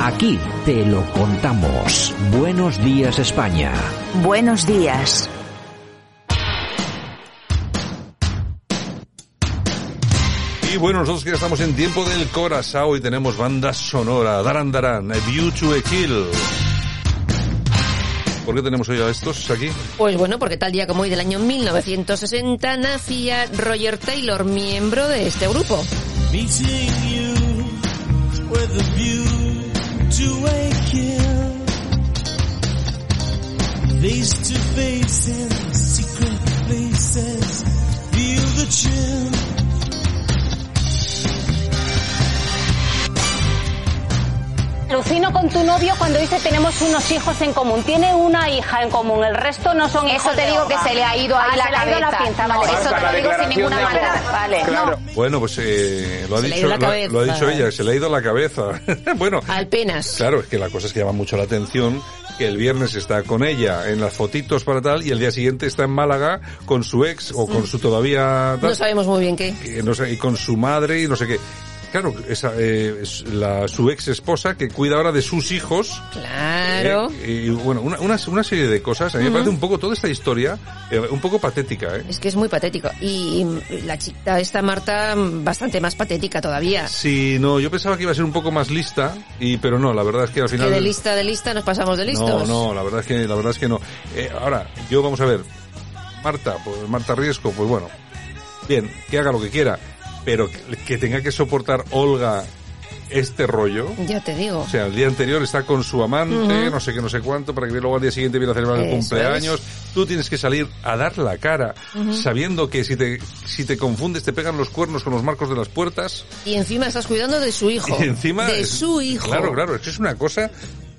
Aquí te lo contamos. Buenos días España. Buenos días. Y bueno, nosotros que ya estamos en tiempo del Corazao y tenemos banda sonora. Daran Daran, A View to a Kill. ¿Por qué tenemos hoy a estos aquí? Pues bueno, porque tal día como hoy del año 1960 nacía Roger Taylor, miembro de este grupo. Meeting you with a view to a kill. Face to faces, secret places, feel the chill. Alucino con tu novio cuando dice tenemos unos hijos en común. Tiene una hija en común, el resto no son Eso hijos te de digo que Opa. se le ha ido ahí Ah, la se le ha ido cabeza. pinza, No, vale. eso Marta, te la lo digo declaración sin ninguna de amor. maldad. Vale. Claro. Bueno, pues eh, lo, ha Se le ha dicho, ido la lo, ha- lo ha cabeza. Ah. dicho ella, se le ha ido la cabeza. bueno, Alpenas. Claro, es que la cosa es que llama mucho la atención que el viernes está con ella en las fotitos para tal y el día siguiente está en Málaga con su ex o con su todavía tal, Mm. No sabemos muy bien qué. que no sé, y con su madre y no sé qué. Claro, esa, eh, es la, su ex esposa que cuida ahora de sus hijos. Claro. Eh, y bueno, una, una, una serie de cosas. A mí me parece un poco toda esta historia, eh, un poco patética, ¿eh? Es que es muy patético. Y, y la chica, esta Marta, bastante más patética todavía. Sí, no, yo pensaba que iba a ser un poco más lista, y pero no, la verdad es que al Que final... de lista, de lista, nos pasamos de listos. No, no, la verdad es que, la verdad es que no. Eh, ahora, yo vamos a ver. Marta, pues Marta Riesco, pues bueno. Bien, que haga lo que quiera. Pero que, que tenga que soportar Olga este rollo. Ya te digo. O sea, el día anterior está con su amante, no sé qué, no sé cuánto, para que luego al día siguiente viene a celebrar el Eso cumpleaños. Tú tienes que salir a dar la cara, sabiendo que si te, si te confundes te pegan los cuernos con los marcos de las puertas. Y encima estás cuidando de su hijo. Y encima... De es- su hijo. Claro, claro, es que es una cosa,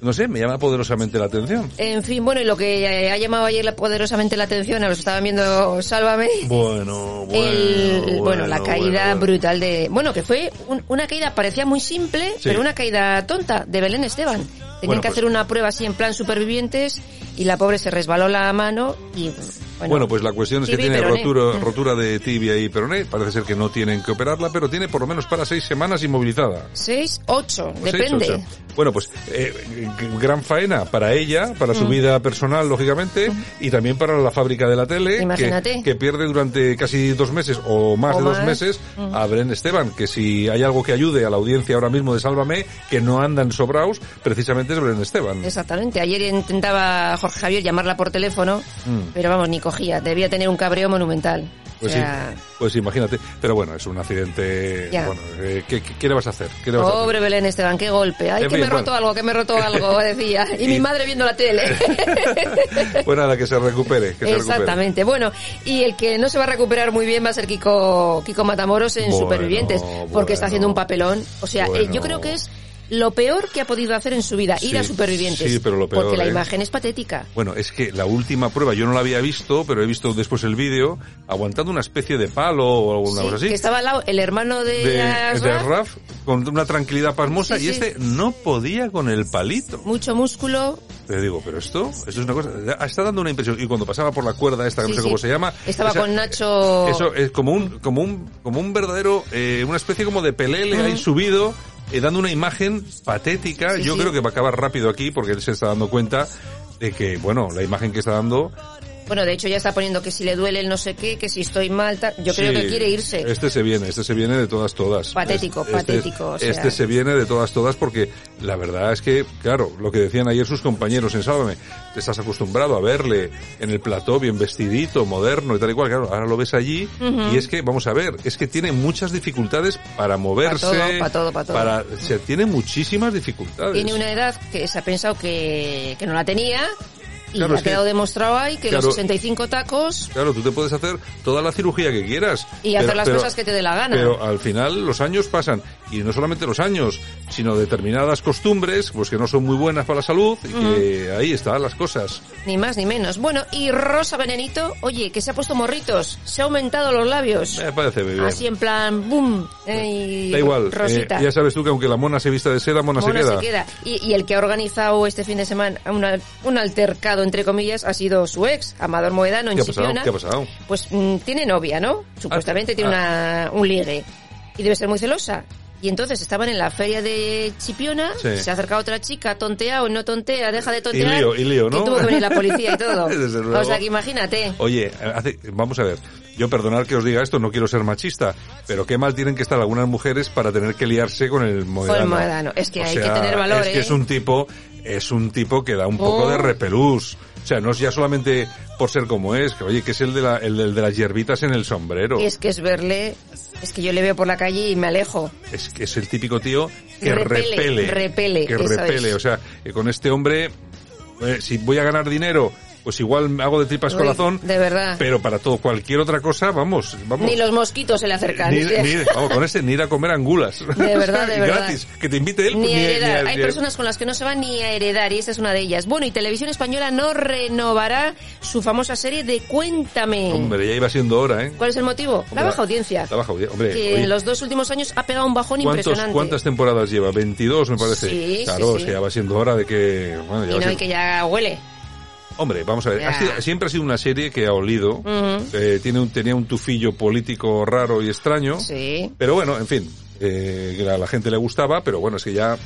no sé, me llama poderosamente la atención. En fin, bueno, y lo que eh, ha llamado ayer la- poderosamente la atención, a los que estaban viendo Sálvame, Bueno, bueno. el, bueno, la caída bueno. brutal de... Bueno, que fue un- una caída, parecía muy simple, Sí. pero una caída tonta, de Belén Esteban. Tenían Bueno, que pues- hacer una prueba así en plan supervivientes y la pobre se resbaló la mano y... Bueno, Bueno, pues la cuestión es que tibia y tiene peroné. rotura, Mm. rotura de tibia y peroné. Parece ser que no tienen que operarla, pero tiene por lo menos para seis semanas inmovilizada. Seis, ocho, Seis, depende. ocho. Bueno, pues eh, g- gran faena para ella, para Mm. su vida personal, lógicamente, y también para la fábrica de la tele, que- Imagínate. Que, pierde durante casi dos meses o más O de dos más. Mm. meses a Bren Esteban, que si hay algo que ayude a la audiencia ahora mismo de Sálvame, que no andan sobraos, precisamente es Bren Esteban. Exactamente. Ayer intentaba Jorge Javier llamarla por teléfono, pero vamos, ni cogía. Debía tener un cabreo monumental. Mm. Pues, o sea, sí, pues imagínate. Pero bueno, es un accidente. Ya. Bueno, eh, ¿qué, qué, qué le vas a hacer? ¿Qué le vas a hacer? Pobre Belén Esteban, qué golpe. Ay, En que fin, me roto bueno. algo, que me roto algo, decía. Y mi madre viendo la tele. Bueno, a la Pues que se recupere. Que se recupere. Exactamente. Bueno, y el que no se va a recuperar muy bien va a ser Kiko, Kiko Matamoros en Bueno, Supervivientes, porque bueno. está haciendo un papelón. O sea, eh, Bueno. yo creo que es lo peor que ha podido hacer en su vida, Sí, ir a Supervivientes. sí, pero lo peor, porque la ¿eh? imagen es patética. Bueno, es que la última prueba yo no la había visto, pero he visto después el vídeo aguantando una especie de palo o alguna Sí, cosa así. Que estaba al lado el hermano de, de, de Ashraf, Raf con una tranquilidad pasmosa Sí, y sí. este no podía con el palito. mucho músculo. Te digo, pero esto, esto es una cosa, está dando una impresión. Y cuando pasaba por la cuerda esta, que Sí, no sé sí. cómo se llama. Estaba esa- con Nacho. Eso es como un, como un, como un verdadero, eh, una especie como de pelele ahí subido, eh, dando una imagen patética. Sí, Yo sí. creo que va a acabar rápido aquí porque él se está dando cuenta de que, bueno, la imagen que está dando. Bueno, de hecho ya está poniendo que si le duele el no sé qué, que si estoy mal, tal. yo creo sí, que quiere irse. Este se viene, este se viene de todas, todas. Patético, Este- este- patético, o sea. Este se viene de todas, todas porque la verdad es que, claro, lo que decían ayer sus compañeros en Sálvame, te estás acostumbrado a verle en el plató bien vestidito, moderno y tal y cual. Claro, ahora lo ves allí y es que, vamos a ver, es que tiene muchas dificultades para moverse. pa' todo, pa' todo. para- o sea, tiene muchísimas dificultades. Tiene una edad que se ha pensado que, que no la tenía y Claro, le es ha que- quedado demostrado ahí que claro. los 65 tacos Claro, tú te puedes hacer toda la cirugía que quieras. Y hacer las cosas que te dé la gana. Pero al final los años pasan. Y y no solamente los años, sino determinadas costumbres, pues que no son muy buenas para la salud, y que Mm. ahí están las cosas. Ni más ni menos. Bueno, y Rosa Venenito, oye, que se ha puesto morritos, se ha aumentado los labios. Me parece Eh, muy bien. Así en plan, boom. eh, y Da igual, Rosita. eh, ya sabes tú que aunque la mona se vista de seda, mona, Mona se queda. Y, y el que ha organizado este fin de semana una- un altercado, entre comillas, ha sido su ex, Amador Moedano, en ¿Qué ha pasado? Chipiona. ¿Qué ha pasado? Pues mm, tiene novia, ¿no? Supuestamente Ah, tiene una, un ligue. Y debe ser muy celosa. Y entonces estaban en la feria de Chipiona, Sí. se acerca otra chica, tontea o no tontea, deja de tontear. lío, y lío, ¿no? Que tuvo que venir la policía y todo. Desde luego. O sea que imagínate. Oye, hace- vamos a ver. Yo perdonar que os diga esto, no quiero ser machista, pero qué mal tienen que estar algunas mujeres para tener que liarse con el moedano. moedano. Es que hay que tener valor, Es que ¿eh? es un tipo, es un tipo que da un poco Oh. de repelús. O sea, no es ya solamente por ser como es, que oye, que es el de, la, el, del de las hierbitas en el sombrero. Es que es verle, es que yo le veo por la calle y me alejo. Es que es el típico tío que Repele, repele. repele, Que eso repele. es. O sea, que con este hombre, eh, si voy a ganar dinero, pues igual hago de tripas Uy, corazón. de verdad. Pero para todo, cualquier otra cosa, vamos, vamos. Ni los mosquitos se le acercan. Ni- es que- ni- vamos, con este, ni ir a comer angulas. De verdad, de verdad. Gratis, que te invite él. pues, Ni a heredar. ni a- Hay personas con las que no se van ni a heredar y esta es una de ellas. Bueno, y Televisión Española no renovará su famosa serie de Cuéntame. Hombre, ya iba siendo hora, ¿eh? ¿Cuál es el motivo? Hombre, la baja audiencia. la baja audiencia, hombre, Que oye. en los dos últimos años ha pegado un bajón ¿Cuántos, impresionante. ¿Cuántas temporadas lleva? 22, me parece. Sí, sí, claro, sí. es que ya va siendo hora de que... bueno, ya va y no, siendo- y que ya huele. Hombre, vamos a ver. ha Ya. sido- siempre ha sido una serie que ha olido. eh, tiene un, tenía un tufillo político raro y extraño. Sí. Pero bueno, en fin. eh, que a la gente le gustaba, pero bueno, es que ya...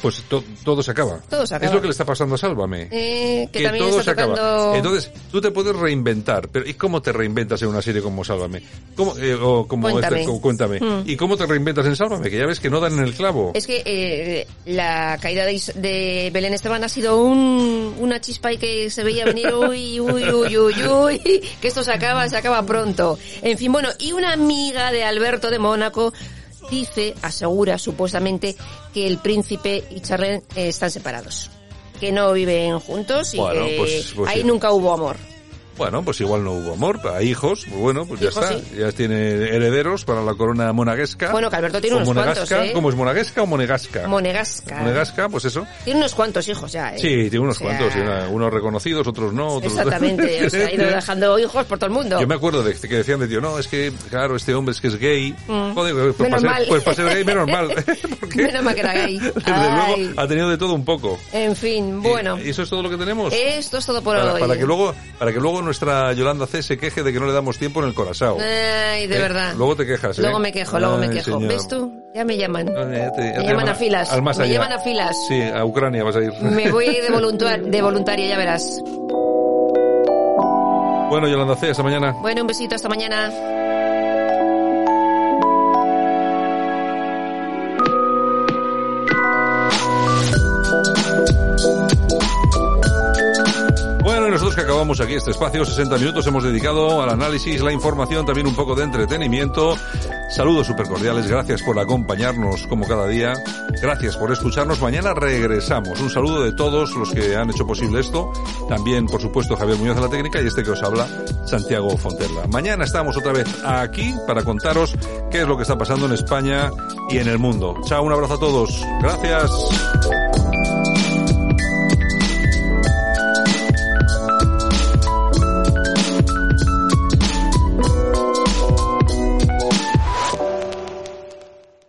Pues to- todo se acaba. Todo se acaba. Es lo que le está pasando a Sálvame. Eh, que, también todo está se acaba. tocando... Entonces, tú te puedes reinventar, pero ¿y cómo te reinventas en una serie como Sálvame? ¿Cómo, eh, o como Cuéntame. esta, como Cuéntame. Mm. ¿Y cómo te reinventas en Sálvame? Que ya ves que no dan en el clavo. Es que eh, la caída de, Is- de Belén Esteban ha sido un, una chispa y que se veía venir, uy, uy, uy, uy, uy, que esto se acaba, se acaba pronto. En fin, bueno, y una amiga de Alberto de Mónaco dice, asegura supuestamente, que el príncipe y Charlene eh, están separados. Que no viven juntos y Bueno, que pues- pues ahí sí. nunca hubo amor. Bueno, pues igual no hubo amor, hay hijos, pues bueno, pues ya Hijos, está. sí. Ya tiene herederos para la corona monaguesca. Bueno, que Alberto tiene O unos monegasca, cuantos, ¿eh? ¿Cómo es monaguesca o monegasca? Monegasca. Monegasca, pues eso. Tiene unos cuantos hijos ya, ¿eh? Sí, tiene unos O sea, cuantos, tiene una- unos reconocidos, otros no. Otros... Exactamente, o sea, ha ido dejando hijos por todo el mundo. Yo me acuerdo de este que decían de tío, no, es que, claro, este hombre es que es gay. Joder, pues, Mm. Menos para ser, mal. pues para ser gay, menos mal. Porque Menos mal que era gay. Desde Ay. luego, ha tenido de todo un poco. En fin, bueno. Eh, Y, y eso es todo lo que tenemos. Esto es todo por para, hoy. para que luego, para que luego nuestra Yolanda C se queje de que no le damos tiempo en el corazón. Ay, de Eh, verdad. luego te quejas, ¿eh? Luego me quejo, luego me Ay, quejo. señor. Ah. ¿Ves tú? Ya me llaman. me llaman a filas, me llaman a filas. Sí, a Ucrania vas a ir. Me voy a ir de, voluntua- de voluntaria, ya verás. Bueno, Yolanda C, hasta mañana. Bueno, un besito, hasta mañana. Bueno, y nosotros que acabamos aquí este espacio, 60 minutos hemos dedicado al análisis, la información, también un poco de entretenimiento. Saludos súper cordiales, gracias por acompañarnos como cada día, gracias por escucharnos. Mañana regresamos. Un saludo de todos los que han hecho posible esto. También, por supuesto, Javier Muñoz de la Técnica y este que os habla, Santiago Fonterla. Mañana estamos otra vez aquí para contaros qué es lo que está pasando en España y en el mundo. Chao, un abrazo a todos. Gracias.